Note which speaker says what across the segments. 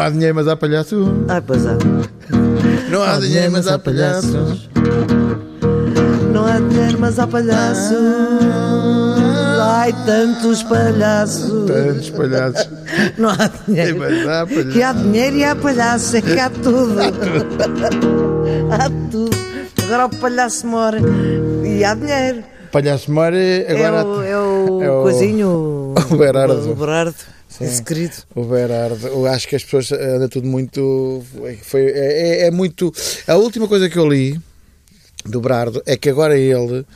Speaker 1: há dinheiro, mas há palhaços.
Speaker 2: Ai, pois é. há.
Speaker 1: Não há dinheiro, é, mas há palhaços.
Speaker 2: Não há dinheiro, mas há palhaços. Ai, tantos palhaços.
Speaker 1: Tantos palhaços.
Speaker 2: Não há
Speaker 1: É,
Speaker 2: dinheiro.
Speaker 1: mas há palhaços.
Speaker 2: Que há dinheiro e há palhaço, é que há tudo. há tudo. Agora o palhaço morre e há dinheiro.
Speaker 1: Palhaço Mori, agora.
Speaker 2: é, o, é, o
Speaker 1: é o-
Speaker 2: coisinho.
Speaker 1: o Berardo.
Speaker 2: O Berardo. Esse querido.
Speaker 1: O Berardo, eu acho que as pessoas eh, anda tudo muito. Foi, é, é- é muito. A última coisa que eu li do Berardo é que agora ele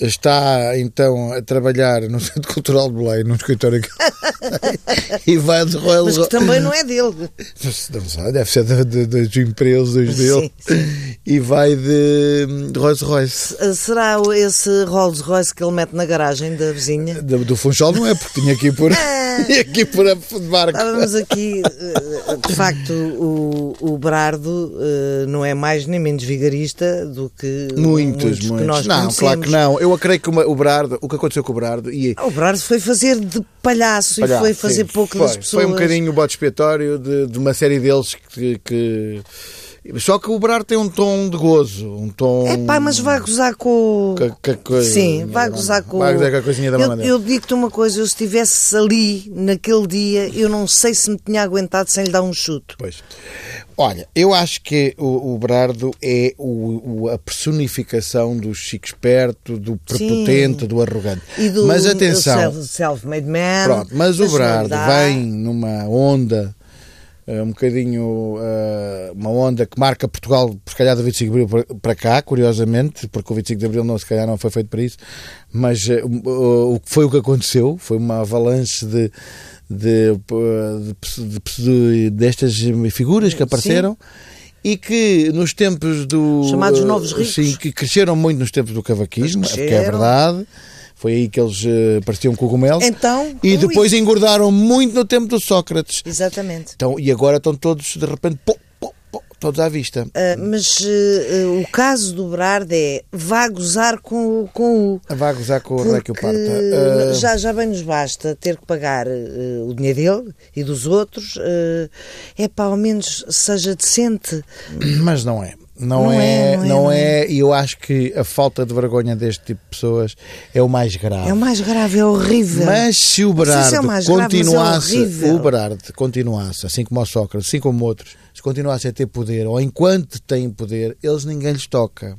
Speaker 1: está então a trabalhar no Centro Cultural de Belém, num escritório que e vai de Royal
Speaker 2: Mas que também não é dele.
Speaker 1: Não sei, deve ser da- da- das empresas dele e vai de, de Rolls Royce.
Speaker 2: Será esse Rolls Royce que ele mete na garagem da vizinha?
Speaker 1: Do, do Funchal não é, porque tinha que ir por,
Speaker 2: É.
Speaker 1: tinha que ir por a de barco.
Speaker 2: Estávamos aqui, eh, de facto, o, o Brardo eh, não é mais nem menos vigarista do que
Speaker 1: Muitos, muitos.
Speaker 2: que nós
Speaker 1: não,
Speaker 2: conhecemos.
Speaker 1: claro que não. Eu acredito que uma- o Brardo, o que aconteceu com o Brardo e
Speaker 2: Ah, O Brardo foi fazer de palhaço,
Speaker 1: Olha,
Speaker 2: e foi
Speaker 1: sim,
Speaker 2: fazer pouco
Speaker 1: foi,
Speaker 2: das pessoas.
Speaker 1: Foi um bocadinho o bote expiatório de, de uma série deles que, que- Só que o Brardo tem um tom de gozo, um tom.
Speaker 2: É pá, mas
Speaker 1: um
Speaker 2: vai gozar com.
Speaker 1: Que- que coisa-
Speaker 2: Sim, vai gozar com.
Speaker 1: Vai gozar com a coisinha da
Speaker 2: eu,
Speaker 1: mamadeira.
Speaker 2: eu digo-te uma coisa: eu se estivesse ali naquele dia, eu não sei se me tinha aguentado sem lhe dar um chute.
Speaker 1: Pois. Olha, eu acho que o, o Brardo é o- o- a personificação do chico esperto, do prepotente, do arrogante.
Speaker 2: E do
Speaker 1: mas atenção,
Speaker 2: self- self-made man.
Speaker 1: Pronto, mas o
Speaker 2: da
Speaker 1: Brardo
Speaker 2: sonoridade.
Speaker 1: vem numa onda, eh, um bocadinho, eh, uma onda que marca Portugal, se calhar do 25 de Abril para- para cá, curiosamente, porque o 25 de Abril não, se calhar não foi feito para isso, mas eh, o o que foi o que aconteceu, foi uma avalanche de, de, eh, de- de- de- destas figuras que apareceram. E que nos tempos do.
Speaker 2: Chamados novos
Speaker 1: eh,
Speaker 2: ricos.
Speaker 1: Sim, que cresceram muito nos tempos do cavaquismo,
Speaker 2: Mas
Speaker 1: porque é
Speaker 2: cresceram.
Speaker 1: verdade. Foi aí que eles eh, pareciam cogumelos.
Speaker 2: Então,
Speaker 1: E
Speaker 2: ui.
Speaker 1: depois engordaram muito no tempo do Sócrates.
Speaker 2: Exatamente.
Speaker 1: Então, e agora estão todos, de repente, pô, pô, pô, todos à vista.
Speaker 2: Ah, mas eh, eh, o caso do Brardo é vá gozar com, o- com o.
Speaker 1: Vá gozar com é o
Speaker 2: Porque
Speaker 1: Raquel Parta. Ah,
Speaker 2: já, já bem nos basta ter que pagar eh, o dinheiro dele e dos outros. eh, é para ao menos seja decente.
Speaker 1: Mas não é. Não,
Speaker 2: Não
Speaker 1: é,
Speaker 2: é, não é,
Speaker 1: não
Speaker 2: não
Speaker 1: é, e eu acho que a falta de vergonha deste tipo de pessoas é o mais grave.
Speaker 2: É o mais grave, é horrível.
Speaker 1: Mas se o
Speaker 2: Não sei
Speaker 1: Berardo
Speaker 2: se é o mais grave, mas é
Speaker 1: continuasse,
Speaker 2: horrível.
Speaker 1: o Berardo continuasse, assim como o Sócrates, assim como outros, se continuasse a ter poder, ou enquanto têm poder, eles ninguém lhes toca.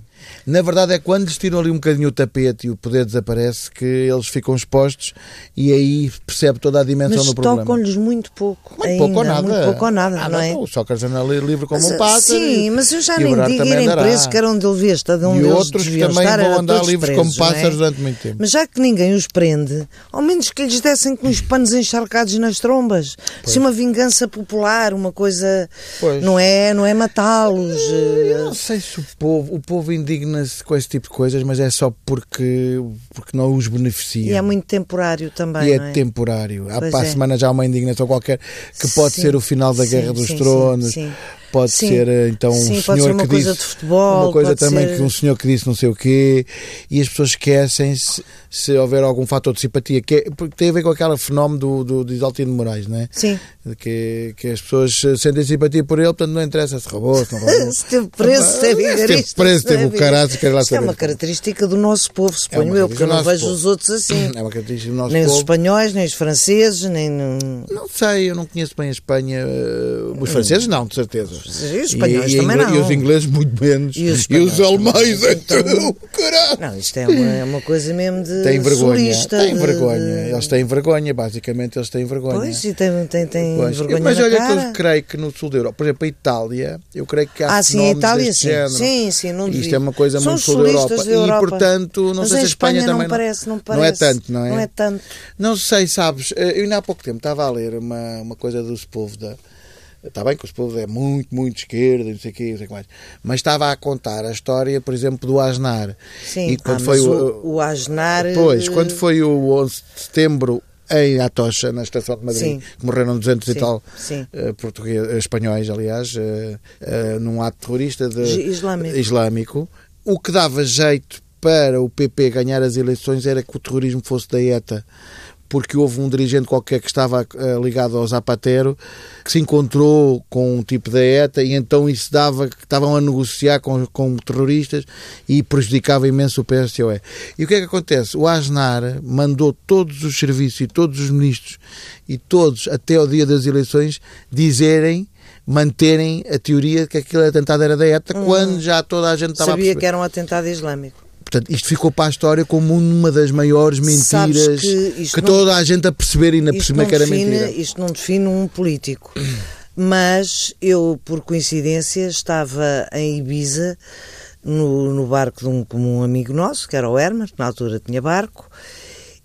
Speaker 1: Na verdade é quando lhes tiram ali um bocadinho o tapete e o poder desaparece que eles ficam expostos e aí percebe toda a dimensão
Speaker 2: Mas
Speaker 1: do problema.
Speaker 2: tocam-lhes muito pouco.
Speaker 1: Muito
Speaker 2: ainda,
Speaker 1: pouco ou nada.
Speaker 2: Muito pouco ou nada,
Speaker 1: Ah,
Speaker 2: não é?
Speaker 1: O Sócrates anda ali livre como
Speaker 2: Mas,
Speaker 1: um pássaro.
Speaker 2: Sim, mas eu já
Speaker 1: e o
Speaker 2: nem
Speaker 1: Berardo
Speaker 2: digo
Speaker 1: também
Speaker 2: irem
Speaker 1: andará.
Speaker 2: presos, que era onde ele vê, está de onde
Speaker 1: E
Speaker 2: eles
Speaker 1: outros que
Speaker 2: deviam
Speaker 1: também
Speaker 2: estar,
Speaker 1: vão
Speaker 2: era
Speaker 1: andar
Speaker 2: todos
Speaker 1: livres
Speaker 2: presos,
Speaker 1: como
Speaker 2: não é?
Speaker 1: pássaros durante muito tempo.
Speaker 2: Mas já que ninguém os prende, ao menos que lhes dessem com os panos encharcados nas trombas. Se uma vingança popular, uma coisa.
Speaker 1: Pois.
Speaker 2: Não é, não é matá-los.
Speaker 1: Eu
Speaker 2: eh,
Speaker 1: não sei se o povo, o povo indigna-se com esse tipo de coisas, mas é só porque, porque não os beneficia.
Speaker 2: E é muito temporário também.
Speaker 1: E é
Speaker 2: não é?
Speaker 1: temporário. Há
Speaker 2: Pois
Speaker 1: para a
Speaker 2: é.
Speaker 1: semana já há uma indignação qualquer que pode
Speaker 2: Sim,
Speaker 1: ser o final da
Speaker 2: sim,
Speaker 1: Guerra dos
Speaker 2: sim, sim,
Speaker 1: Tronos,
Speaker 2: sim.
Speaker 1: pode
Speaker 2: Sim.
Speaker 1: ser eh, então um
Speaker 2: Sim,
Speaker 1: senhor
Speaker 2: pode ser uma
Speaker 1: que
Speaker 2: coisa
Speaker 1: disse
Speaker 2: de futebol,
Speaker 1: uma coisa
Speaker 2: pode
Speaker 1: também
Speaker 2: ser-
Speaker 1: que um senhor que disse não sei o quê e as pessoas esquecem-se se houver algum fator de simpatia que é, porque tem a ver com aquele fenómeno do, do, de Isaltino Moraes, não é?
Speaker 2: Sim.
Speaker 1: Que, que as pessoas eh, sentem simpatia por ele, portanto não interessa se roubou, se não roubou.
Speaker 2: Se teve preso, se é
Speaker 1: Esteve
Speaker 2: vigarista.
Speaker 1: preso,
Speaker 2: se não é
Speaker 1: teve um o caralho, quer lá
Speaker 2: Isto é
Speaker 1: saber.
Speaker 2: uma característica do nosso povo,
Speaker 1: É
Speaker 2: suponho
Speaker 1: uma
Speaker 2: eu, porque eu não
Speaker 1: característica
Speaker 2: vejo
Speaker 1: do nosso
Speaker 2: os outros assim.
Speaker 1: É uma característica do nosso
Speaker 2: Nem os
Speaker 1: povo.
Speaker 2: espanhóis, nem os franceses, nem. no-
Speaker 1: Não sei, eu não conheço bem a Espanha. eh, Os franceses não, de certeza.
Speaker 2: E Hum. os espanhóis
Speaker 1: e,
Speaker 2: também
Speaker 1: ingle-
Speaker 2: não.
Speaker 1: E os ingleses muito menos.
Speaker 2: E os
Speaker 1: E os
Speaker 2: espanhóis
Speaker 1: alemães,
Speaker 2: também.
Speaker 1: então, caralho.
Speaker 2: Não, isto é uma, é uma coisa mesmo de.
Speaker 1: Têm vergonha.
Speaker 2: solista,
Speaker 1: Têm
Speaker 2: de-
Speaker 1: vergonha. Eles têm vergonha, basicamente eles têm vergonha.
Speaker 2: Pois, e tem, tem, tem
Speaker 1: Pois.
Speaker 2: vergonha
Speaker 1: Mas
Speaker 2: na
Speaker 1: olha
Speaker 2: cara.
Speaker 1: que eu creio que no sul da Europa, por exemplo, a Itália, eu creio que há
Speaker 2: Ah, sim, a
Speaker 1: fenómenos
Speaker 2: Itália,
Speaker 1: deste
Speaker 2: sim.
Speaker 1: género.
Speaker 2: Sim, sim, não
Speaker 1: Isto
Speaker 2: duvido.
Speaker 1: é uma coisa
Speaker 2: São
Speaker 1: muito
Speaker 2: os
Speaker 1: sul da Europa.
Speaker 2: solistas da Europa.
Speaker 1: E, portanto, não
Speaker 2: Mas
Speaker 1: sei
Speaker 2: em
Speaker 1: se a Espanha,
Speaker 2: Espanha não
Speaker 1: também
Speaker 2: parece, não
Speaker 1: Não é
Speaker 2: parece.
Speaker 1: tanto, não é?
Speaker 2: Não é tanto.
Speaker 1: Não sei, sabes, eh, eu ainda há pouco tempo estava a ler uma, uma coisa do Sepúlveda. Está bem que o Sepúlveda é muito, muito esquerda, e não sei o quê, não sei o que mais. Mas estava a contar a história, por exemplo, do Aznar.
Speaker 2: Sim,
Speaker 1: E quando
Speaker 2: ah,
Speaker 1: foi
Speaker 2: mas
Speaker 1: o-
Speaker 2: o, o Aznar.
Speaker 1: Pois,
Speaker 2: eh,
Speaker 1: quando foi o 11 de setembro em Atocha, na estação de Madrid,
Speaker 2: Sim.
Speaker 1: que morreram 200 e
Speaker 2: Sim,
Speaker 1: tal
Speaker 2: sim.
Speaker 1: eh, portugueses, eh, espanhóis, aliás, eh, eh, num ato terrorista de-
Speaker 2: Gi- islâmico.
Speaker 1: islâmico, o que dava jeito para o PP ganhar as eleições era que o terrorismo fosse da ETA. porque houve um dirigente qualquer que estava uh, ligado ao Zapatero que se encontrou com um tipo da ETA e então isso dava que estavam a negociar com, com terroristas e prejudicava imenso o PSOE. E o que é que acontece? O Aznar mandou todos os serviços e todos os ministros e todos, até ao dia das eleições, dizerem manterem a teoria que aquele atentado era da ETA hum, quando já toda a gente estava
Speaker 2: Sabia
Speaker 1: a
Speaker 2: que era um atentado islâmico.
Speaker 1: Portanto, isto ficou para a história como uma das maiores mentiras que, que não, toda a gente a perceber e na perceber que era
Speaker 2: define,
Speaker 1: mentira.
Speaker 2: Isto não define um político. Mas eu, por coincidência, estava em Ibiza no, no barco de um comum amigo nosso, que era o Herman, que na altura tinha barco,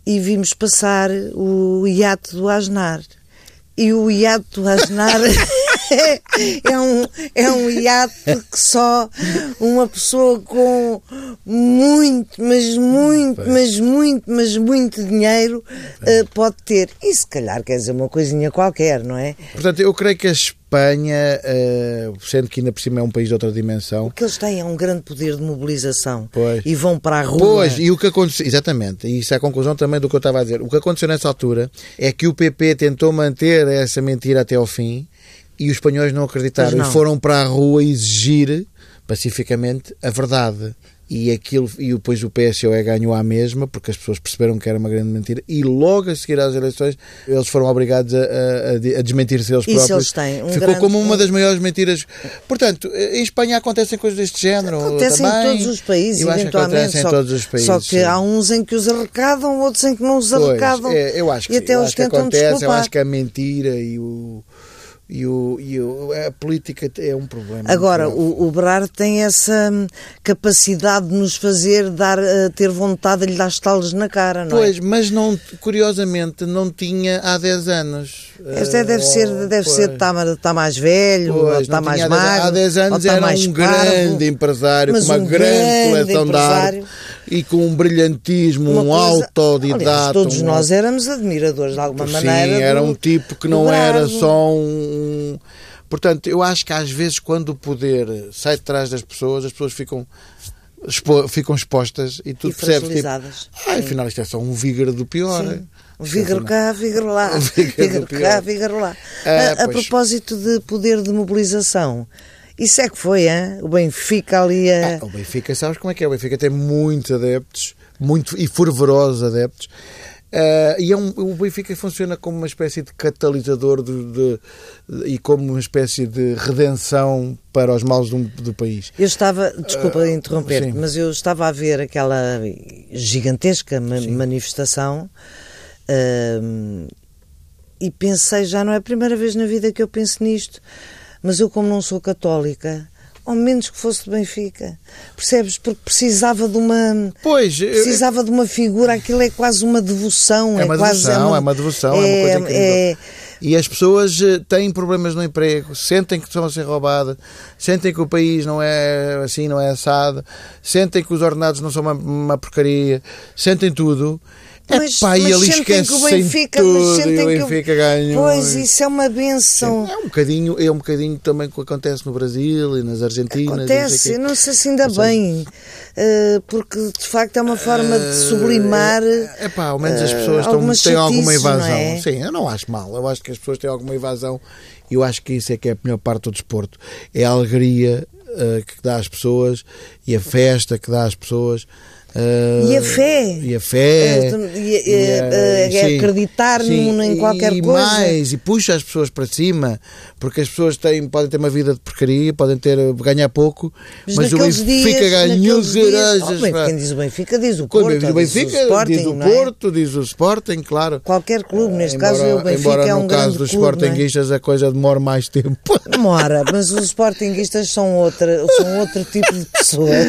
Speaker 2: e vimos passar o iate do Asnar. E o iate do Asnar. é um, é um iate que só uma pessoa com muito, mas muito, mas muito, mas muito dinheiro uh, pode ter. E se calhar quer dizer uma coisinha qualquer, não é?
Speaker 1: Portanto, eu creio que a Espanha, uh, sendo que ainda por cima é um país de outra dimensão.
Speaker 2: O que eles têm é um grande poder de mobilização
Speaker 1: pois.
Speaker 2: e vão para a rua.
Speaker 1: Pois, e o que aconteceu, exatamente, e isso é a conclusão também do que eu estava a dizer. O que aconteceu nessa altura é que o PP tentou manter essa mentira até ao fim e os espanhóis não acreditaram e
Speaker 2: não.
Speaker 1: foram para a rua exigir pacificamente a verdade. E aquilo e depois o PSOE ganhou à mesma, porque as pessoas perceberam que era uma grande mentira, e logo a seguir às eleições eles foram obrigados a, a, a desmentir-se eles
Speaker 2: Isso
Speaker 1: próprios.
Speaker 2: eles têm, um
Speaker 1: Ficou
Speaker 2: grande-
Speaker 1: como uma das maiores mentiras. Portanto, em Espanha acontecem coisas deste género.
Speaker 2: Acontecem em
Speaker 1: também.
Speaker 2: todos os países,
Speaker 1: Eu acho que
Speaker 2: eventualmente.
Speaker 1: acontecem em
Speaker 2: só,
Speaker 1: todos os países.
Speaker 2: só que
Speaker 1: sim.
Speaker 2: há uns em que os arrecadam, outros em que não os
Speaker 1: Pois,
Speaker 2: arrecadam.
Speaker 1: é, eu acho que,
Speaker 2: e
Speaker 1: sim,
Speaker 2: até
Speaker 1: eu
Speaker 2: os
Speaker 1: acho que
Speaker 2: tentam
Speaker 1: acontece, eu
Speaker 2: desculpar.
Speaker 1: acho que a mentira e o. E, o, e o, a política é um problema.
Speaker 2: Agora,
Speaker 1: Não.
Speaker 2: o, o Berardo tem essa hum, capacidade de nos fazer dar, eh, ter vontade de lhe dar estalos na cara, não é-
Speaker 1: Pois, mas não, curiosamente não tinha há 10 anos.
Speaker 2: é? Este é- deve
Speaker 1: Eh,
Speaker 2: ser,
Speaker 1: ou-
Speaker 2: deve
Speaker 1: pois,
Speaker 2: ser, está, está mais velho,
Speaker 1: pois,
Speaker 2: ou
Speaker 1: não
Speaker 2: está
Speaker 1: tinha
Speaker 2: mais
Speaker 1: há 10
Speaker 2: magro,
Speaker 1: Há 10
Speaker 2: ou
Speaker 1: anos
Speaker 2: está
Speaker 1: era
Speaker 2: mais
Speaker 1: um
Speaker 2: parvo,
Speaker 1: grande empresário,
Speaker 2: mas
Speaker 1: com uma
Speaker 2: um
Speaker 1: grande coleção de
Speaker 2: empresário.
Speaker 1: arte e com um brilhantismo,
Speaker 2: Uma
Speaker 1: um
Speaker 2: coisa-
Speaker 1: autodidata.
Speaker 2: Aliás, todos
Speaker 1: um-
Speaker 2: nós éramos admiradores de alguma
Speaker 1: Sim,
Speaker 2: maneira. do-
Speaker 1: era um tipo que
Speaker 2: do
Speaker 1: não era
Speaker 2: Berardo.
Speaker 1: só um. Portanto, eu acho que às vezes quando o poder sai de trás das pessoas, as pessoas ficam, expo- ficam expostas e tu
Speaker 2: E
Speaker 1: percebes. Tipo,
Speaker 2: fragilizadas.
Speaker 1: ah, afinal isto é só um vígaro do pior.
Speaker 2: Sim. Um
Speaker 1: Isto é
Speaker 2: Vigor
Speaker 1: afinal-
Speaker 2: cá, vigor lá.
Speaker 1: Vigor
Speaker 2: Vigor
Speaker 1: do
Speaker 2: cá,
Speaker 1: pior.
Speaker 2: vigor lá.
Speaker 1: Ah,
Speaker 2: a, a
Speaker 1: pois.
Speaker 2: propósito de poder de mobilização, isso é que foi, hein? o Benfica ali
Speaker 1: Ah,
Speaker 2: a.
Speaker 1: o Benfica, sabes como é que é? O Benfica tem muitos adeptos, muito e fervorosos adeptos. Ah, e é um- o Benfica funciona como uma espécie de catalisador do- de- de- e como uma espécie de redenção para os maus do, do país.
Speaker 2: Eu estava, desculpa interromper,
Speaker 1: Ah, sim.
Speaker 2: mas eu estava a ver aquela gigantesca ma- manifestação hum, e pensei, já não é a primeira vez na vida que eu penso nisto, mas eu, como não sou católica, ao menos que fosse do Benfica, percebes? Porque precisava de uma.
Speaker 1: Pois, eu-
Speaker 2: Precisava de uma figura, aquilo é quase uma devoção.
Speaker 1: É uma
Speaker 2: quase,
Speaker 1: devoção, é uma devoção, é uma coisa incrível.
Speaker 2: é-
Speaker 1: E as pessoas eh, têm problemas no emprego, sentem que estão a ser roubadas, sentem que o país não é assim, não é assado, sentem que os ordenados não são uma, uma porcaria, sentem tudo.
Speaker 2: Mas,
Speaker 1: Epá, e
Speaker 2: mas
Speaker 1: ali
Speaker 2: sentem que o
Speaker 1: esquecem
Speaker 2: Benfica, mas
Speaker 1: tudo
Speaker 2: sentem
Speaker 1: e o
Speaker 2: que
Speaker 1: Benfica ganhou.
Speaker 2: Pois, isso é uma benção.
Speaker 1: É um bocadinho, é um bocadinho também o que acontece no Brasil e nas Argentinas. e não sei
Speaker 2: Acontece,
Speaker 1: quê.
Speaker 2: eu não sei se ainda bem, eh, porque de facto é uma forma
Speaker 1: Eh,
Speaker 2: de sublimar.
Speaker 1: É pá, ao menos as
Speaker 2: eh,
Speaker 1: pessoas estão-
Speaker 2: algumas
Speaker 1: têm alguma
Speaker 2: chatices, não
Speaker 1: evasão.
Speaker 2: é?
Speaker 1: Sim, eu não acho mal. Eu acho que as pessoas têm alguma evasão e eu acho que isso é que é a melhor parte do desporto. É a alegria eh, que dá às pessoas e a festa que dá às pessoas. eh,
Speaker 2: E a fé.
Speaker 1: E a fé.
Speaker 2: Eh, e- eh,
Speaker 1: e
Speaker 2: eh,
Speaker 1: a-
Speaker 2: acreditar num- em
Speaker 1: e-
Speaker 2: qualquer
Speaker 1: e
Speaker 2: coisa.
Speaker 1: mais, e puxa as pessoas para cima, porque as pessoas têm, podem ter uma vida de porcaria, podem ter, ganhar pouco, mas, o
Speaker 2: naqueles
Speaker 1: Benfica
Speaker 2: dias,
Speaker 1: ganhou
Speaker 2: naqueles dias- Oh,
Speaker 1: garajas.
Speaker 2: bem,
Speaker 1: pá.
Speaker 2: Quem diz o Benfica diz o
Speaker 1: Quando
Speaker 2: Porto,
Speaker 1: diz o
Speaker 2: ou diz o
Speaker 1: Benfica,
Speaker 2: Sporting,
Speaker 1: diz o
Speaker 2: não é?
Speaker 1: Porto, diz o Sporting, claro.
Speaker 2: Qualquer clube, neste
Speaker 1: Embora-
Speaker 2: caso, o Benfica
Speaker 1: embora
Speaker 2: é um
Speaker 1: no
Speaker 2: grande
Speaker 1: caso dos
Speaker 2: clube, não é?
Speaker 1: Sportinguistas a coisa demora mais tempo.
Speaker 2: Demora, mas os sportinguistas são, outra, são outro tipo de pessoas.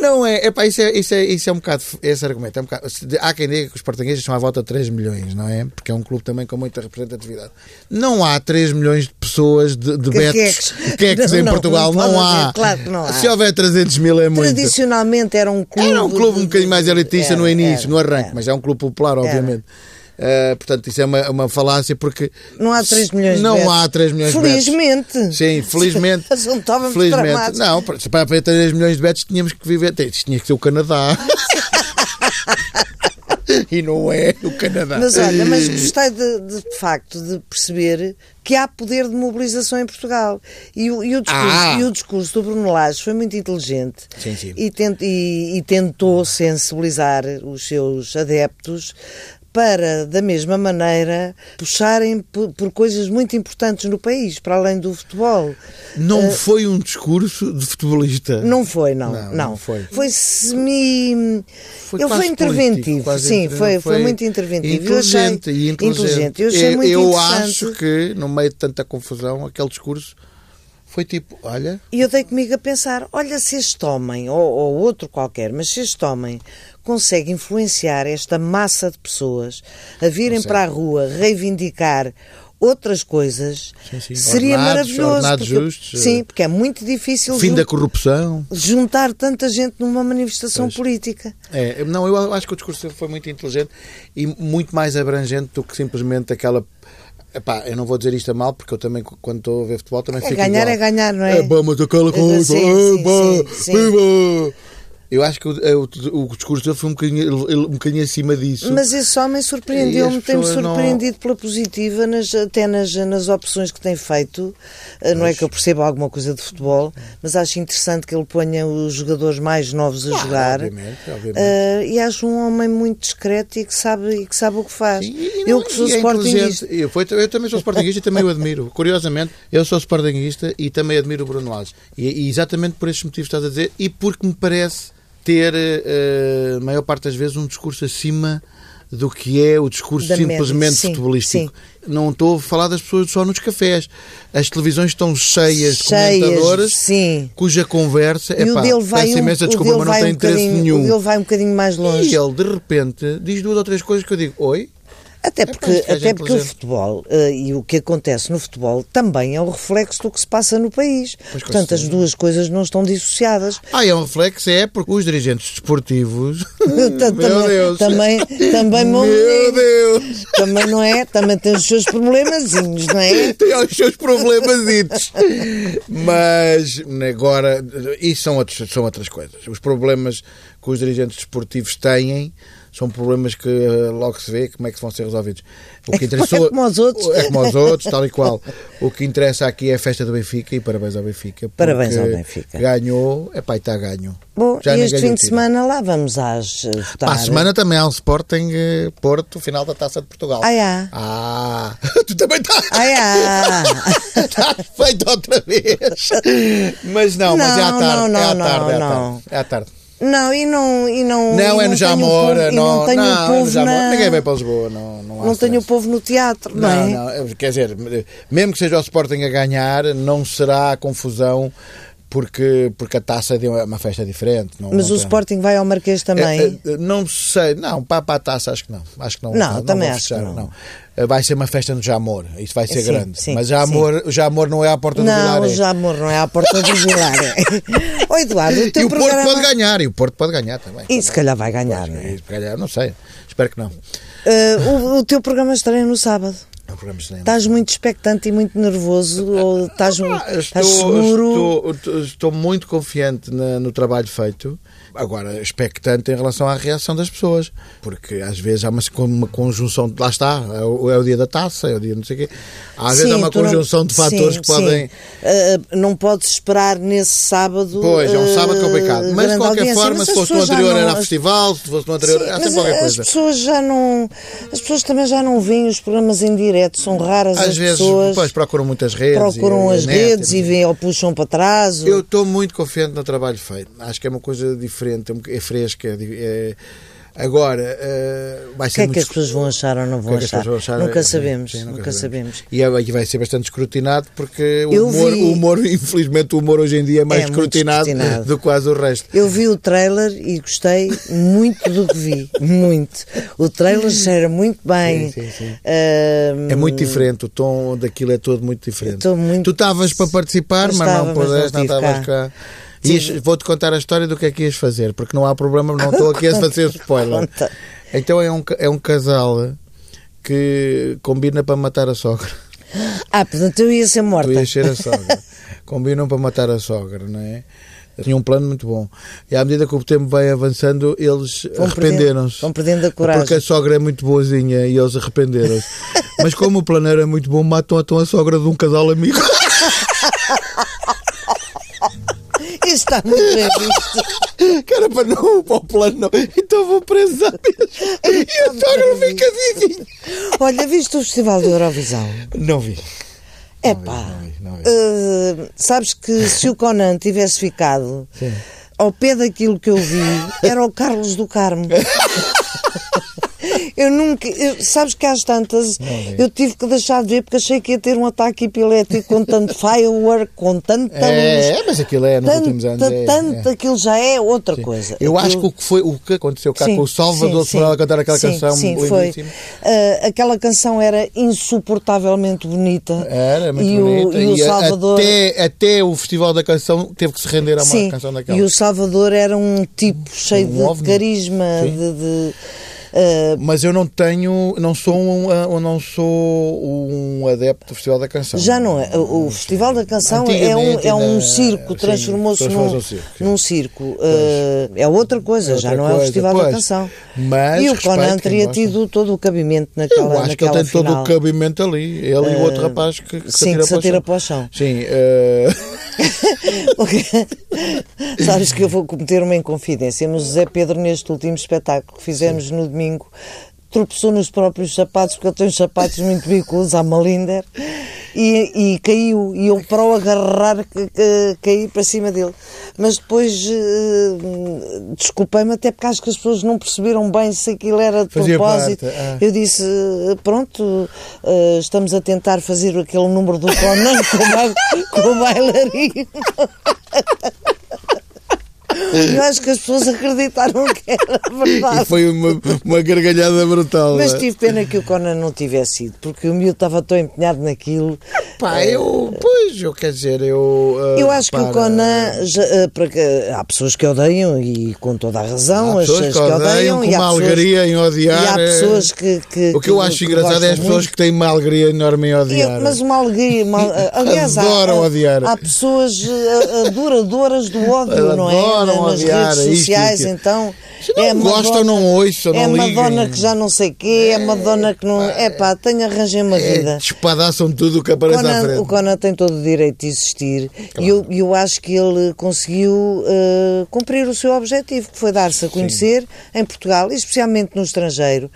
Speaker 1: Não é, epá, isso é, isso é, isso é um bocado, esse argumento, é um bocado, se- há quem diga que os Sportinguistas são à volta de 3 milhões, não é? Porque é um clube também com muita representatividade. Não há 3 milhões de pessoas, de, de
Speaker 2: Caqueques.
Speaker 1: betos, é queques em
Speaker 2: é Não, não,
Speaker 1: Portugal,
Speaker 2: não
Speaker 1: não,
Speaker 2: pode
Speaker 1: há.
Speaker 2: haver, claro que não há.
Speaker 1: Se houver 300 mil é muito.
Speaker 2: Tradicionalmente era um clube.
Speaker 1: Era um clube um
Speaker 2: de-
Speaker 1: bocadinho mais elitista
Speaker 2: era,
Speaker 1: no início,
Speaker 2: era,
Speaker 1: no arranque,
Speaker 2: era.
Speaker 1: mas é um clube popular, obviamente. Eh, portanto, isso é uma, uma falácia porque.
Speaker 2: Não há 3 milhões de
Speaker 1: Não
Speaker 2: betos.
Speaker 1: há 3 milhões de betos.
Speaker 2: Felizmente.
Speaker 1: Sim, felizmente.
Speaker 2: Nós não estávamos tramados.
Speaker 1: felizmente. Não, para se para haver 3 milhões de betos tínhamos que viver. Isto tinha que ser o Canadá. e não é o Canadá.
Speaker 2: Mas olha,
Speaker 1: Eh,
Speaker 2: mas gostei de, de, de facto de perceber que há poder de mobilização em Portugal. E, o- e o, discurso,
Speaker 1: Ah!
Speaker 2: e o discurso do Bruno Lage foi muito inteligente
Speaker 1: Sim, sim.
Speaker 2: E, tent- e- e tentou sensibilizar os seus adeptos para, da mesma maneira, puxarem por, por coisas muito importantes no país, para além do futebol.
Speaker 1: Não foi um discurso de futebolista.
Speaker 2: eh, Não foi, não.
Speaker 1: Não,
Speaker 2: Não,
Speaker 1: não foi.
Speaker 2: semi.
Speaker 1: Foi
Speaker 2: ele foi
Speaker 1: quase
Speaker 2: interventivo,
Speaker 1: político, quase
Speaker 2: sim,
Speaker 1: inter-
Speaker 2: foi, foi muito interventivo. Eu achei-
Speaker 1: Inteligente, e inteligente. É,
Speaker 2: Eu achei
Speaker 1: eu,
Speaker 2: muito
Speaker 1: eu
Speaker 2: interessante.
Speaker 1: acho que, no meio de tanta confusão, aquele discurso foi tipo: olha,
Speaker 2: E eu dei comigo a pensar: olha, se este homem, ou, ou outro qualquer, mas se este homem consegue influenciar esta massa de pessoas a virem
Speaker 1: Consegue.
Speaker 2: para a rua reivindicar outras coisas,
Speaker 1: Sim, sim.
Speaker 2: seria
Speaker 1: Ordenados,
Speaker 2: maravilhoso.
Speaker 1: ordenados
Speaker 2: porque-
Speaker 1: justos, eh,
Speaker 2: sim, porque é muito difícil
Speaker 1: fim
Speaker 2: jun-
Speaker 1: da corrupção.
Speaker 2: juntar tanta gente numa manifestação
Speaker 1: Pois.
Speaker 2: política.
Speaker 1: É, não, eu acho que o discurso foi muito inteligente e muito mais abrangente do que simplesmente aquela. Epá, eu não vou dizer isto a mal, porque eu também, quando estou a ver futebol, também
Speaker 2: É
Speaker 1: fico
Speaker 2: ganhar,
Speaker 1: igual.
Speaker 2: é ganhar, não é?
Speaker 1: É bom, mas aquela coisa.
Speaker 2: sim,
Speaker 1: é
Speaker 2: sim,
Speaker 1: bom,
Speaker 2: sim, sim.
Speaker 1: viva! Eu acho que o, é, o, o discurso dele foi um bocadinho, ele- ele um bocadinho acima disso.
Speaker 2: Mas esse homem
Speaker 1: E
Speaker 2: surpreendeu-me,
Speaker 1: as
Speaker 2: tem-me
Speaker 1: pessoas não-
Speaker 2: surpreendido pela positiva, nas, até nas, nas opções que tem feito. Ah, Não é que eu perceba alguma coisa de futebol, mas acho interessante que ele ponha os jogadores mais novos a
Speaker 1: Claro,
Speaker 2: jogar.
Speaker 1: obviamente, obviamente.
Speaker 2: Ah, e acho um homem muito discreto e que sabe, e que sabe o que faz.
Speaker 1: Sim, e- e
Speaker 2: eu
Speaker 1: não-
Speaker 2: que sou
Speaker 1: e é
Speaker 2: sportinguista.
Speaker 1: inteligente. Eu, foi- eu também sou sportinguista e também o admiro. Curiosamente, eu sou sportinguista e também admiro o Bruno Lages. E, e exatamente por estes motivos que estás a dizer e porque me parece ter, eh, a maior parte das vezes, um discurso acima do que é o discurso
Speaker 2: Da média,
Speaker 1: simplesmente
Speaker 2: sim,
Speaker 1: futebolístico. Não estou a falar das pessoas só nos cafés. As televisões estão cheias, de comentadoras
Speaker 2: sim.
Speaker 1: cuja conversa é
Speaker 2: e o dele vai um,
Speaker 1: imensa
Speaker 2: o
Speaker 1: desculpa,
Speaker 2: dele
Speaker 1: mas não
Speaker 2: vai
Speaker 1: tem
Speaker 2: um
Speaker 1: interesse
Speaker 2: bocadinho-
Speaker 1: nenhum.
Speaker 2: O dele vai um bocadinho mais longe.
Speaker 1: E ele, de repente, diz duas ou três coisas que eu digo: Oi,
Speaker 2: Até
Speaker 1: pá,
Speaker 2: porque,
Speaker 1: este gajo é
Speaker 2: até porque o
Speaker 1: inteligente.
Speaker 2: futebol eh, e o que acontece no futebol também é um reflexo do que se passa no país.
Speaker 1: Pois, com
Speaker 2: Portanto, as
Speaker 1: certeza.
Speaker 2: duas coisas não estão dissociadas.
Speaker 1: Ah, é um reflexo, é, porque os dirigentes desportivos.
Speaker 2: Tam-
Speaker 1: Meu Deus!
Speaker 2: Então, também, também, meu
Speaker 1: Meu
Speaker 2: amigo,
Speaker 1: Deus!
Speaker 2: também não é? Também tem os seus problemazinhos, não é?
Speaker 1: Tem os seus problemasitos. Mas agora, isso são, outros, são outras coisas. Os problemas que os dirigentes desportivos têm são problemas que eh, logo se vê como é que vão ser resolvidos. O que
Speaker 2: É como- é como aos outros.
Speaker 1: É como aos outros, tal e qual. O que interessa aqui é a festa do Benfica e parabéns ao Benfica. porque
Speaker 2: Parabéns ao Benfica.
Speaker 1: Ganhou, é pai, está ganho.
Speaker 2: Bom,
Speaker 1: Já
Speaker 2: e
Speaker 1: ninguém
Speaker 2: este
Speaker 1: o
Speaker 2: fim de
Speaker 1: tira.
Speaker 2: semana lá vamos às eh, votar.
Speaker 1: Para a semana também há um Sporting eh, Porto, final da Taça de Portugal.
Speaker 2: Ah, é?
Speaker 1: Ah, tu também estás.
Speaker 2: Ai, ah.
Speaker 1: Estás feito outra vez. Mas não, mas é à
Speaker 2: Não,
Speaker 1: tarde.
Speaker 2: não,
Speaker 1: é à
Speaker 2: não,
Speaker 1: tarde, é à
Speaker 2: não.
Speaker 1: tarde. É à tarde.
Speaker 2: Não, e não. E não,
Speaker 1: Não,
Speaker 2: e
Speaker 1: é no
Speaker 2: tenho o
Speaker 1: Jamora.
Speaker 2: povo- e não
Speaker 1: Não,
Speaker 2: tenho o
Speaker 1: não, é no
Speaker 2: povo
Speaker 1: Jamora.
Speaker 2: na-
Speaker 1: Ninguém vem para Lisboa. Não, não, há
Speaker 2: Não tenho o
Speaker 1: stress.
Speaker 2: povo no teatro, não,
Speaker 1: Não,
Speaker 2: é?
Speaker 1: não, quer dizer, mesmo que seja o Sporting a ganhar, não será a confusão porque, porque a taça é uma festa diferente. Não,
Speaker 2: Mas
Speaker 1: não tem-
Speaker 2: o Sporting vai ao Marquês também.
Speaker 1: É, é, não sei, não, para, para a taça acho que não. Acho que não.
Speaker 2: Não, também
Speaker 1: vou
Speaker 2: acho que não.
Speaker 1: Eh, Vai ser uma festa no Jamor, isso vai ser
Speaker 2: Sim,
Speaker 1: grande.
Speaker 2: sim,
Speaker 1: Mas já amor, já amor não é à porta do
Speaker 2: Não,
Speaker 1: Vilar. é.
Speaker 2: já amor, não é à porta do Vilar. Oi, Eduardo, o
Speaker 1: E
Speaker 2: teu
Speaker 1: o
Speaker 2: programa...
Speaker 1: Porto pode ganhar, e o Porto pode ganhar também.
Speaker 2: E se calhar vai ganhar, não é?
Speaker 1: E, se calhar, não sei, espero que não.
Speaker 2: Eh, o, o teu programa estreia no sábado.
Speaker 1: É um programa de cinema.
Speaker 2: Estás muito expectante e muito nervoso ou estás,
Speaker 1: Ah,
Speaker 2: estás seguro?
Speaker 1: Estou, estou- estou muito confiante na- no trabalho feito. Agora, expectante em relação à reação das pessoas, porque às vezes há uma, uma conjunção, de- lá está, é o, é o dia da taça, é o dia não sei o quê. Às vezes há uma
Speaker 2: tu não-
Speaker 1: conjunção de fatores
Speaker 2: Sim,
Speaker 1: que podem.
Speaker 2: sim. Eh, não podes esperar nesse sábado.
Speaker 1: Pois, é um
Speaker 2: eh,
Speaker 1: sábado complicado. Mas de
Speaker 2: grande
Speaker 1: qualquer
Speaker 2: audiência.
Speaker 1: forma,
Speaker 2: Mas
Speaker 1: se
Speaker 2: as
Speaker 1: fosse no
Speaker 2: pessoas já
Speaker 1: anterior
Speaker 2: não-
Speaker 1: era a
Speaker 2: as-
Speaker 1: festival, se fosse no anterior
Speaker 2: Sim,
Speaker 1: há
Speaker 2: mas
Speaker 1: sempre qualquer
Speaker 2: as
Speaker 1: coisa.
Speaker 2: pessoas já não. As pessoas também já não veem os programas em direto, são raras
Speaker 1: Às
Speaker 2: as
Speaker 1: vezes,
Speaker 2: pessoas.
Speaker 1: pois, procuram muitas redes.
Speaker 2: procuram
Speaker 1: e,
Speaker 2: as
Speaker 1: a net e
Speaker 2: redes
Speaker 1: não é?
Speaker 2: e veem ou puxam para trás. ou-
Speaker 1: Eu estou muito confiante no trabalho feito. Acho que é uma coisa diferente, é um boc- é fresca. é di- é- Agora, eh, vai
Speaker 2: o
Speaker 1: ser
Speaker 2: que é
Speaker 1: muito
Speaker 2: que as pessoas vão achar ou não
Speaker 1: o que
Speaker 2: vão
Speaker 1: é que as
Speaker 2: achar?
Speaker 1: pessoas vão achar?
Speaker 2: Nunca
Speaker 1: É,
Speaker 2: sabemos,
Speaker 1: sim,
Speaker 2: nunca sabemos.
Speaker 1: E é- e vai ser bastante escrutinado porque o
Speaker 2: Eu
Speaker 1: humor,
Speaker 2: vi-
Speaker 1: o humor, infelizmente, o humor hoje em dia é mais
Speaker 2: É muito
Speaker 1: escrutinado,
Speaker 2: escrutinado.
Speaker 1: do que quase o resto.
Speaker 2: Eu vi o trailer e gostei muito do que vi, muito. O trailer cheira muito bem. ah,
Speaker 1: Sim, sim, sim.
Speaker 2: Ahm,
Speaker 1: É muito diferente, o tom daquilo é todo muito diferente.
Speaker 2: Eu tô Hum. muito-
Speaker 1: Tu estavas para participar,
Speaker 2: Eu
Speaker 1: mas
Speaker 2: estava,
Speaker 1: não
Speaker 2: mas não
Speaker 1: pudeste, não
Speaker 2: tive
Speaker 1: estavas cá.
Speaker 2: cá.
Speaker 1: Ias- Vou-te contar a história do que é que ias fazer, porque não há problema, não estou aqui a fazer spoiler.
Speaker 2: Conta.
Speaker 1: Então é um, ca- é um casal que combina para matar a sogra.
Speaker 2: Ah, portanto eu ia ser
Speaker 1: Tu
Speaker 2: morta.
Speaker 1: ias ser a sogra. Combinam para matar a sogra, não é? Tinha um plano muito bom. E à medida que o tempo vai avançando, eles
Speaker 2: Vão perdendo-
Speaker 1: arrependeram-se.
Speaker 2: vão perdendo a coragem.
Speaker 1: Porque a sogra é muito boazinha e eles arrependeram-se. Mas como o plano era muito bom, matam então a sogra de um casal amigo.
Speaker 2: Isto está muito bem visto.
Speaker 1: que era para não para o plano, não. Então vou presa mesmo. E a sogra fica vivinha.
Speaker 2: Olha, viste o Festival da Eurovisão?
Speaker 1: Não vi.
Speaker 2: É
Speaker 1: não
Speaker 2: pá.
Speaker 1: vi, não vi.
Speaker 2: Eh, sabes que se o Conan tivesse ficado ao pé daquilo que eu vi, era o Carlos do Carmo. Eu nunca. eu- sabes que às tantas
Speaker 1: vi.
Speaker 2: eu tive que deixar de ver porque achei que ia ter um ataque epilético com tanto firework, com tanta luz.
Speaker 1: É, mas aquilo é nos
Speaker 2: Tanta,
Speaker 1: últimos anos. é,
Speaker 2: tanto,
Speaker 1: é.
Speaker 2: aquilo já é outra coisa.
Speaker 1: Eu acho
Speaker 2: Aquilo-
Speaker 1: que o que, foi, o que aconteceu cá
Speaker 2: Sim,
Speaker 1: com o Salvador
Speaker 2: sim,
Speaker 1: se ela
Speaker 2: sim.
Speaker 1: cantar aquela
Speaker 2: Sim,
Speaker 1: canção
Speaker 2: sim, foi.
Speaker 1: lindíssima.
Speaker 2: Ah, aquela canção era insuportavelmente bonita.
Speaker 1: Era muito
Speaker 2: e
Speaker 1: bonita.
Speaker 2: O, e o
Speaker 1: a-
Speaker 2: Salvador.
Speaker 1: até, até o Festival da Canção teve que se render a uma
Speaker 2: Sim,
Speaker 1: canção daquela.
Speaker 2: e o Salvador era um tipo cheio de
Speaker 1: ovni.
Speaker 2: carisma,
Speaker 1: Sim.
Speaker 2: de. de, ah,
Speaker 1: Mas eu não tenho, não sou um, ah, não sou um adepto do Festival da Canção.
Speaker 2: já não é. O Festival da Canção é um,
Speaker 1: Antigamente
Speaker 2: é um
Speaker 1: ainda-
Speaker 2: circo,
Speaker 1: né? sim,
Speaker 2: transformou-se
Speaker 1: transformou-se
Speaker 2: num,
Speaker 1: num circo, sim.
Speaker 2: num circo. Ah, é outra coisa,
Speaker 1: outra
Speaker 2: já não é o
Speaker 1: coisa,
Speaker 2: Festival da
Speaker 1: pois.
Speaker 2: Canção.
Speaker 1: Mas
Speaker 2: e o
Speaker 1: respeito
Speaker 2: Conan
Speaker 1: quem
Speaker 2: teria
Speaker 1: gosta.
Speaker 2: tido todo o cabimento naquela.
Speaker 1: Eu acho que ele
Speaker 2: é naquela
Speaker 1: tem todo
Speaker 2: final. Eh,
Speaker 1: o cabimento ali. Ele e o outro rapaz que, que
Speaker 2: sim,
Speaker 1: se atira,
Speaker 2: que se atira
Speaker 1: para o
Speaker 2: para
Speaker 1: chão.
Speaker 2: o
Speaker 1: Sim, eh,
Speaker 2: Porque- Sabes que eu vou cometer uma inconfidência, mas o Zé Pedro, neste último espetáculo que fizemos no domingo, tropeçou nos próprios sapatos, porque eu tenho uns sapatos muito bicudos à Malinder, e, e caiu. E eu, para o agarrar, ca- ca- caí para cima dele. Mas depois eh, desculpei-me, até porque acho que as pessoas não perceberam bem se aquilo era de
Speaker 1: Fazia
Speaker 2: propósito.
Speaker 1: parte, ah.
Speaker 2: Eu disse: eh, pronto, eh, estamos a tentar fazer aquele número do Conan com o ba- com o bailarino. Eu acho que as pessoas acreditaram que era
Speaker 1: e
Speaker 2: verdade.
Speaker 1: foi uma, uma gargalhada brutal.
Speaker 2: Ah. Mas tipo,
Speaker 1: não é?
Speaker 2: tive pena que o Conan não tivesse ido, porque o miúdo estava tão empenhado naquilo.
Speaker 1: Pá, eu, pois, eu quer dizer, eu. eh,
Speaker 2: eh, Eu acho que o
Speaker 1: repara,
Speaker 2: Conan. já, eh, para que- há pessoas que odeiam, e com toda a razão,
Speaker 1: há
Speaker 2: as
Speaker 1: pessoas que odeiam,
Speaker 2: e
Speaker 1: com
Speaker 2: há
Speaker 1: uma
Speaker 2: pessoas-
Speaker 1: alegria em
Speaker 2: e há
Speaker 1: odiar. eh,
Speaker 2: pessoas que. que-
Speaker 1: O que eu acho engraçado
Speaker 2: gostam
Speaker 1: é as pessoas
Speaker 2: muito.
Speaker 1: que têm uma alegria enorme em odiar.
Speaker 2: Eu- mas uma alegria. Uma, eh, aliás, há-
Speaker 1: Adoram
Speaker 2: há,
Speaker 1: odiar.
Speaker 2: há pessoas eh, adoradoras do ódio, não é?
Speaker 1: Adoram
Speaker 2: Nas
Speaker 1: odiar,
Speaker 2: redes
Speaker 1: é isto,
Speaker 2: sociais,
Speaker 1: isto.
Speaker 2: então.
Speaker 1: Se não
Speaker 2: é a
Speaker 1: gostam,
Speaker 2: Madonna-
Speaker 1: não ouçam,
Speaker 2: É a
Speaker 1: não liguem.
Speaker 2: Madonna que já não sei quê, é a Madonna que não. É pá, tenho arranjei uma
Speaker 1: É,
Speaker 2: vida.
Speaker 1: despadaçam tudo o que aparece à
Speaker 2: Conan,
Speaker 1: frente.
Speaker 2: o Conan tem todo o direito de existir e eu, eu acho que ele conseguiu eh, cumprir o seu objetivo, que foi dar-se a conhecer em Portugal, e especialmente no estrangeiro.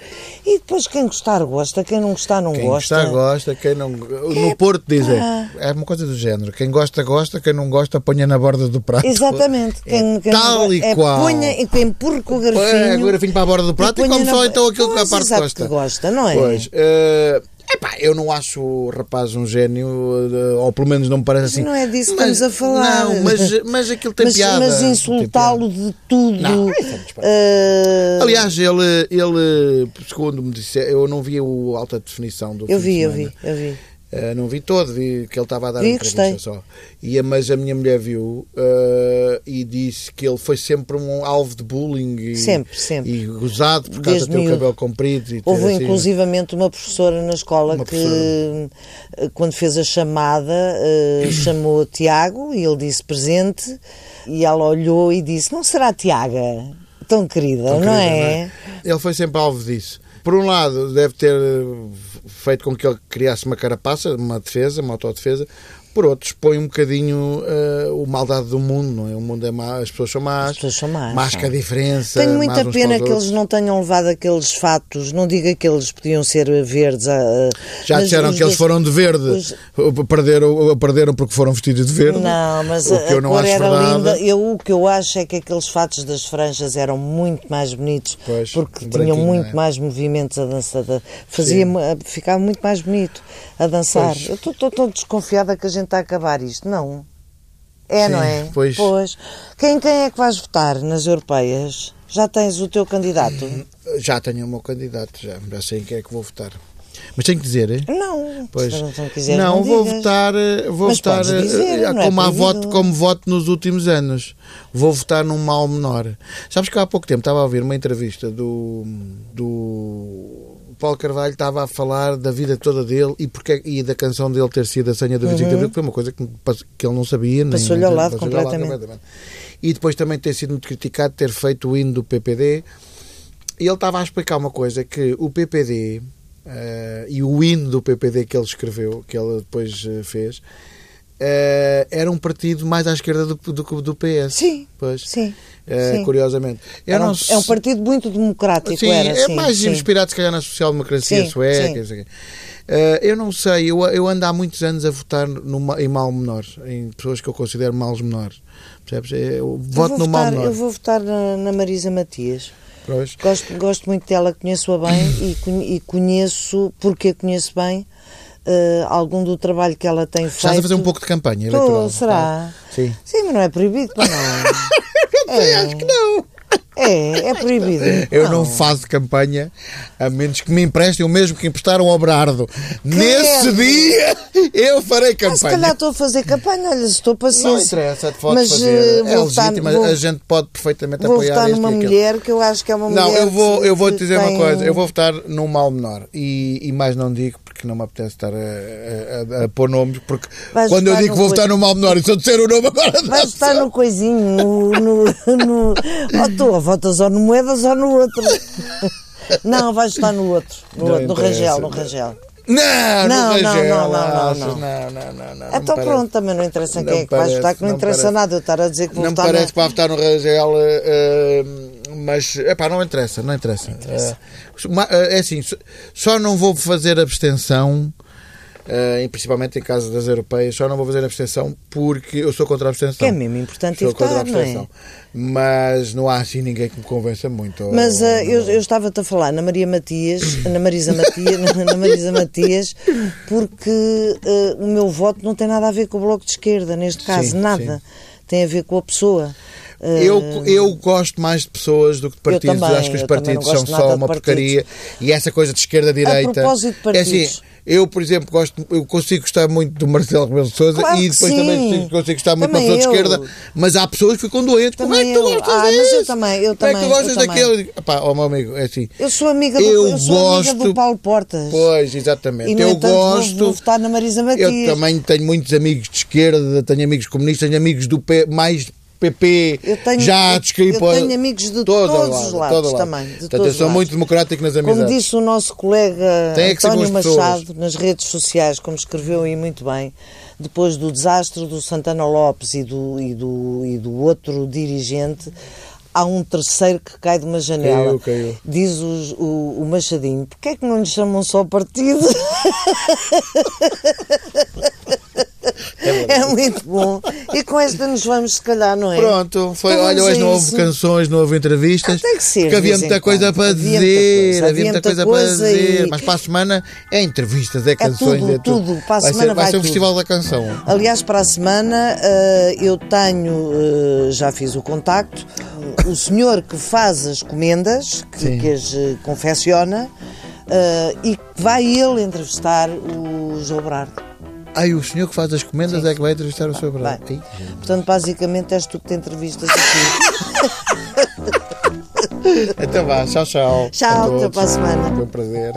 Speaker 2: E depois quem gostar gosta, quem não gostar não
Speaker 1: Quem
Speaker 2: gosta.
Speaker 1: gosta, gosta. Quem não... No Porto dizem. É uma coisa do género. Quem gosta, gosta. Quem não gosta, ponha na borda do prato.
Speaker 2: Exatamente. Quem, quem
Speaker 1: tal e
Speaker 2: é,
Speaker 1: qual.
Speaker 2: Ponha, e quem pôr com o
Speaker 1: Põe
Speaker 2: garfinho.
Speaker 1: agora vim para a borda do prato e,
Speaker 2: ponha
Speaker 1: come
Speaker 2: na-
Speaker 1: só então aquilo que a
Speaker 2: Pois,
Speaker 1: parte
Speaker 2: exato,
Speaker 1: gosta.
Speaker 2: que gosta, não é?
Speaker 1: Pois. eh, epá, eu não acho o rapaz um gênio, eh, ou pelo menos não me parece assim.
Speaker 2: não é disso que
Speaker 1: Mas-
Speaker 2: estamos a falar.
Speaker 1: Não, mas, mas aquilo tem
Speaker 2: mas,
Speaker 1: piada.
Speaker 2: mas
Speaker 1: Tem
Speaker 2: insultá-lo de tudo. Ah,
Speaker 1: Não, isso é muito espanto.
Speaker 2: eh,
Speaker 1: Aliás, ele, ele segundo me disse, eu não vi o alta definição do fim
Speaker 2: eu
Speaker 1: de
Speaker 2: vi, eu
Speaker 1: semana.
Speaker 2: vi, eu vi.
Speaker 1: Eh, não vi todo, vi que ele estava a dar
Speaker 2: Vi,
Speaker 1: entrevista
Speaker 2: gostei.
Speaker 1: só. E, a- mas a minha mulher viu eh, e disse que ele foi sempre um alvo de bullying e,
Speaker 2: Sempre, sempre.
Speaker 1: e gozado por
Speaker 2: Desde
Speaker 1: causa do teu
Speaker 2: miúdo.
Speaker 1: cabelo comprido. E ter
Speaker 2: Houve um
Speaker 1: assim-
Speaker 2: inclusivamente uma professora na escola
Speaker 1: Uma
Speaker 2: que, eh, quando fez a chamada, eh, chamou Tiago e ele disse presente. E ela olhou e disse: Não será Tiaga? Tão querida,
Speaker 1: Tão
Speaker 2: não,
Speaker 1: querida,
Speaker 2: é?
Speaker 1: Ele foi sempre alvo disso. Por um lado, deve ter eh, feito com que ele criasse uma carapaça, uma defesa, uma autodefesa. Por outro, expõe um bocadinho eh, o maldade do mundo, não é? O mundo é má, as pessoas são más.
Speaker 2: As pessoas são más,
Speaker 1: Masca a
Speaker 2: são.
Speaker 1: diferença.
Speaker 2: Tenho
Speaker 1: más
Speaker 2: muita
Speaker 1: uns
Speaker 2: pena
Speaker 1: para os
Speaker 2: que
Speaker 1: outros.
Speaker 2: eles não tenham levado aqueles fatos. Não diga que eles podiam ser verdes. ah, ah,
Speaker 1: Já
Speaker 2: mas
Speaker 1: disseram
Speaker 2: os
Speaker 1: que eles
Speaker 2: dois-
Speaker 1: foram de verde.
Speaker 2: os-
Speaker 1: Perderam, perderam porque foram vestidos de verde.
Speaker 2: Não, mas
Speaker 1: o
Speaker 2: a,
Speaker 1: que eu
Speaker 2: a
Speaker 1: não
Speaker 2: cor
Speaker 1: acho
Speaker 2: era
Speaker 1: verdade.
Speaker 2: linda. Eu, o que eu acho é que aqueles fatos das franjas eram muito mais bonitos
Speaker 1: Pois,
Speaker 2: porque tinham
Speaker 1: branquinho,
Speaker 2: muito
Speaker 1: não é?
Speaker 2: mais movimentos a dançar. da- Fazia, ficava muito mais bonito a dançar.
Speaker 1: Pois.
Speaker 2: Eu estou estou tão desconfiada que a gente está a acabar isto. Não. É,
Speaker 1: Sim,
Speaker 2: não é?
Speaker 1: pois.
Speaker 2: Quem, quem é que vais votar nas europeias? Já tens o teu candidato?
Speaker 1: Já tenho o meu candidato, já, já sei em quem é que vou votar. Mas tenho que dizer, hein?
Speaker 2: Não,
Speaker 1: Pois.
Speaker 2: se não quiser,
Speaker 1: não,
Speaker 2: não,
Speaker 1: vou
Speaker 2: digas.
Speaker 1: votar, eh, vou
Speaker 2: Mas
Speaker 1: votar
Speaker 2: podes dizer,
Speaker 1: eh,
Speaker 2: não é
Speaker 1: como, há
Speaker 2: proibido.
Speaker 1: voto, como voto nos últimos anos. Vou votar num mal menor. Sabes que eu há pouco tempo estava a ouvir uma entrevista do, do Paulo Carvalho, estava a falar da vida toda dele e, porque, e da canção dele ter sido a senha do 25 de Abril, que foi uma coisa que, me pass- que ele não sabia. nem-
Speaker 2: Uhum. Passou-lhe ao lado
Speaker 1: passou-lhe
Speaker 2: completamente.
Speaker 1: e depois também tem sido muito criticado ter feito o hino do PPD. E ele estava a explicar uma coisa, que o PPD eh, e o hino do PPD que ele escreveu, que ele depois eh, fez, eh, era um partido mais à esquerda do, do, que do PS.
Speaker 2: Sim,
Speaker 1: Pois.
Speaker 2: sim,
Speaker 1: Eh,
Speaker 2: sim.
Speaker 1: Curiosamente. Eu
Speaker 2: Era um-
Speaker 1: não
Speaker 2: É um
Speaker 1: sei-
Speaker 2: partido muito democrático,
Speaker 1: Sim,
Speaker 2: era.
Speaker 1: é
Speaker 2: sim,
Speaker 1: mais
Speaker 2: sim.
Speaker 1: inspirado, se calhar, na social-democracia
Speaker 2: Sim,
Speaker 1: sueca.
Speaker 2: sim.
Speaker 1: não sei o quê. Eh, eu não sei, eu, eu ando há muitos anos a votar numa, em mal menor, em pessoas que eu considero maus menores. Percebes? Eu
Speaker 2: Eu
Speaker 1: voto
Speaker 2: vou
Speaker 1: no mal
Speaker 2: votar,
Speaker 1: menor.
Speaker 2: eu vou votar na, na Marisa Matias.
Speaker 1: Pois.
Speaker 2: Gosto, gosto muito dela, conheço-a bem e, con- e conheço, porque a conheço bem, eh, algum do trabalho que ela tem feito.
Speaker 1: Estás a fazer um pouco de campanha
Speaker 2: Tô,
Speaker 1: eleitoral. tá?
Speaker 2: será?
Speaker 1: Sim.
Speaker 2: Sim, mas não é proibido, pá, não.
Speaker 1: Eu acho que não.
Speaker 2: É, é proibido.
Speaker 1: Eu não
Speaker 2: Não.
Speaker 1: faço campanha a menos que me emprestem o mesmo que emprestaram ao Brardo. Nesse dia eu farei
Speaker 2: Ah, se calhar
Speaker 1: campanha.
Speaker 2: estou a fazer campanha, olha, se estou paciente.
Speaker 1: Não interessa, pode
Speaker 2: mas, eh,
Speaker 1: fazer. É
Speaker 2: vou votar-
Speaker 1: legítima,
Speaker 2: vou-
Speaker 1: a gente pode perfeitamente
Speaker 2: Vou
Speaker 1: apoiar
Speaker 2: votar
Speaker 1: este
Speaker 2: numa
Speaker 1: e aquele.
Speaker 2: mulher que eu acho que é uma
Speaker 1: Não,
Speaker 2: mulher.
Speaker 1: eu vou,
Speaker 2: que-
Speaker 1: eu vou te
Speaker 2: que
Speaker 1: dizer uma
Speaker 2: tem-
Speaker 1: coisa. Eu vou votar num mal menor. E, e mais não digo, porque não me apetece estar a, a- a- a pôr nomes. Porque
Speaker 2: Vais
Speaker 1: quando eu
Speaker 2: votar
Speaker 1: digo que
Speaker 2: num
Speaker 1: vou votar num mal menor, e se eu disser o nome agora.
Speaker 2: Vai votar no coisinho, no. no, no ou tu, ou votas ou no Moedas ou no outro. Não, vais votar no outro. No,
Speaker 1: Não
Speaker 2: outro, no
Speaker 1: interessa.
Speaker 2: Rangel, no Rangel.
Speaker 1: Não,
Speaker 2: Não,
Speaker 1: não,
Speaker 2: não,
Speaker 1: Rangel,
Speaker 2: não, não,
Speaker 1: achas? não,
Speaker 2: não,
Speaker 1: não, não, não, não,
Speaker 2: então
Speaker 1: me
Speaker 2: pronto, também não interessa
Speaker 1: Não
Speaker 2: quem é que vais
Speaker 1: parece,
Speaker 2: votar, que não,
Speaker 1: não
Speaker 2: interessa
Speaker 1: parece.
Speaker 2: nada eu estar a dizer que vou
Speaker 1: Não me
Speaker 2: votar.
Speaker 1: parece
Speaker 2: na-
Speaker 1: que vai votar no Rangel, eh, eh, mas epá, não interessa, não interessa. Eh, ma- eh, é assim, só- só não vou fazer abstenção, eh, e principalmente em caso das europeias, só não vou fazer abstenção porque eu sou contra a abstenção.
Speaker 2: Que é mesmo importante
Speaker 1: sou
Speaker 2: ir
Speaker 1: contra a
Speaker 2: votar, não é?
Speaker 1: abstenção. Mas não há assim ninguém que me convença muito. ou-
Speaker 2: Mas eh, eu, eu estava-te a falar na Maria Matias, na Marisa Matias, na, na Marisa Matias, porque eh, o meu voto não tem nada a ver com o Bloco de Esquerda, neste caso,
Speaker 1: Sim,
Speaker 2: nada.
Speaker 1: sim.
Speaker 2: Tem a ver com a pessoa. Eh,
Speaker 1: Eu, eu gosto mais de pessoas do que de
Speaker 2: Eu
Speaker 1: partidos.
Speaker 2: também,
Speaker 1: Acho que os
Speaker 2: eu também
Speaker 1: partidos
Speaker 2: não
Speaker 1: são
Speaker 2: gosto nada
Speaker 1: só
Speaker 2: de
Speaker 1: uma
Speaker 2: partidos.
Speaker 1: porcaria. E essa coisa de esquerda-direita.
Speaker 2: A propósito de partidos.
Speaker 1: É assim, eu, por exemplo, gosto, eu consigo gostar muito do Marcelo Rebelo de Sousa
Speaker 2: Claro
Speaker 1: e
Speaker 2: que
Speaker 1: depois
Speaker 2: sim.
Speaker 1: também consigo- consigo gostar muito
Speaker 2: Também
Speaker 1: da pessoa
Speaker 2: eu.
Speaker 1: de esquerda. Mas há pessoas que ficam doentes. Como é
Speaker 2: Também
Speaker 1: que tu
Speaker 2: eu.
Speaker 1: gostas
Speaker 2: Ah, mas eu
Speaker 1: disso?
Speaker 2: também, eu
Speaker 1: Como é
Speaker 2: também,
Speaker 1: que tu
Speaker 2: eu
Speaker 1: gostas
Speaker 2: também.
Speaker 1: daquele? Epá, ó, meu amigo, é assim.
Speaker 2: Eu sou amiga do,
Speaker 1: Eu
Speaker 2: eu sou amiga
Speaker 1: gosto-
Speaker 2: do Paulo Portas.
Speaker 1: Pois,
Speaker 2: E,
Speaker 1: exatamente.
Speaker 2: no
Speaker 1: eu
Speaker 2: entanto, vou-
Speaker 1: gosto.
Speaker 2: vou votar na Marisa Matias.
Speaker 1: Eu também tenho muitos amigos de esquerda, tenho amigos comunistas, tenho amigos do P, mais PP.
Speaker 2: Eu tenho-
Speaker 1: já
Speaker 2: eu-
Speaker 1: descrevi
Speaker 2: eu
Speaker 1: para-
Speaker 2: tenho amigos
Speaker 1: todo
Speaker 2: de todos
Speaker 1: lado,
Speaker 2: os lados
Speaker 1: todo lado.
Speaker 2: também, de
Speaker 1: Portanto,
Speaker 2: todos
Speaker 1: eu sou
Speaker 2: lados.
Speaker 1: muito democrático nas
Speaker 2: Como
Speaker 1: amizades.
Speaker 2: disse o nosso colega
Speaker 1: Tem é que ser
Speaker 2: António
Speaker 1: com as pessoas.
Speaker 2: Machado nas redes sociais, como escreveu aí muito bem, depois do desastre do Santana Lopes e do, e do, e do outro dirigente, há um terceiro que cai de uma janela.
Speaker 1: Caiu, caiu.
Speaker 2: Diz os- o, o Machadinho, porquê é que não lhe chamam só partido? É muito bom. E com esta nos vamos, se calhar, não é?
Speaker 1: Pronto, foi,
Speaker 2: Então
Speaker 1: olha,
Speaker 2: vamos
Speaker 1: hoje
Speaker 2: a
Speaker 1: não houve
Speaker 2: isso.
Speaker 1: canções, não houve entrevistas.
Speaker 2: Ah, tem que ser,
Speaker 1: Porque
Speaker 2: de
Speaker 1: havia
Speaker 2: vez em
Speaker 1: muita coisa
Speaker 2: quando.
Speaker 1: para
Speaker 2: Havia muita
Speaker 1: dizer,
Speaker 2: coisa,
Speaker 1: havia muita coisa,
Speaker 2: coisa
Speaker 1: para
Speaker 2: e-
Speaker 1: dizer. Mas para a semana é entrevistas, é canções,
Speaker 2: tudo,
Speaker 1: é tudo.
Speaker 2: tudo. Para a
Speaker 1: vai
Speaker 2: semana
Speaker 1: ser, vai
Speaker 2: vai
Speaker 1: ser o
Speaker 2: tudo.
Speaker 1: Festival da Canção.
Speaker 2: Aliás, para a semana eh, eu tenho, eh, já fiz o contacto, o senhor que faz as comendas, que,
Speaker 1: Sim.
Speaker 2: que as eh, confecciona, eh, e que vai ele entrevistar o João Brardo.
Speaker 1: Ai, o senhor que faz as comendas é que vai entrevistar o seu Brás.
Speaker 2: Vai.
Speaker 1: Ai, gente.
Speaker 2: Portanto, basicamente és tu que te entrevistas aqui.
Speaker 1: Até vá, tchau, tchau.
Speaker 2: Tchau,
Speaker 1: A
Speaker 2: até para a
Speaker 1: todos.
Speaker 2: semana.
Speaker 1: Foi um prazer.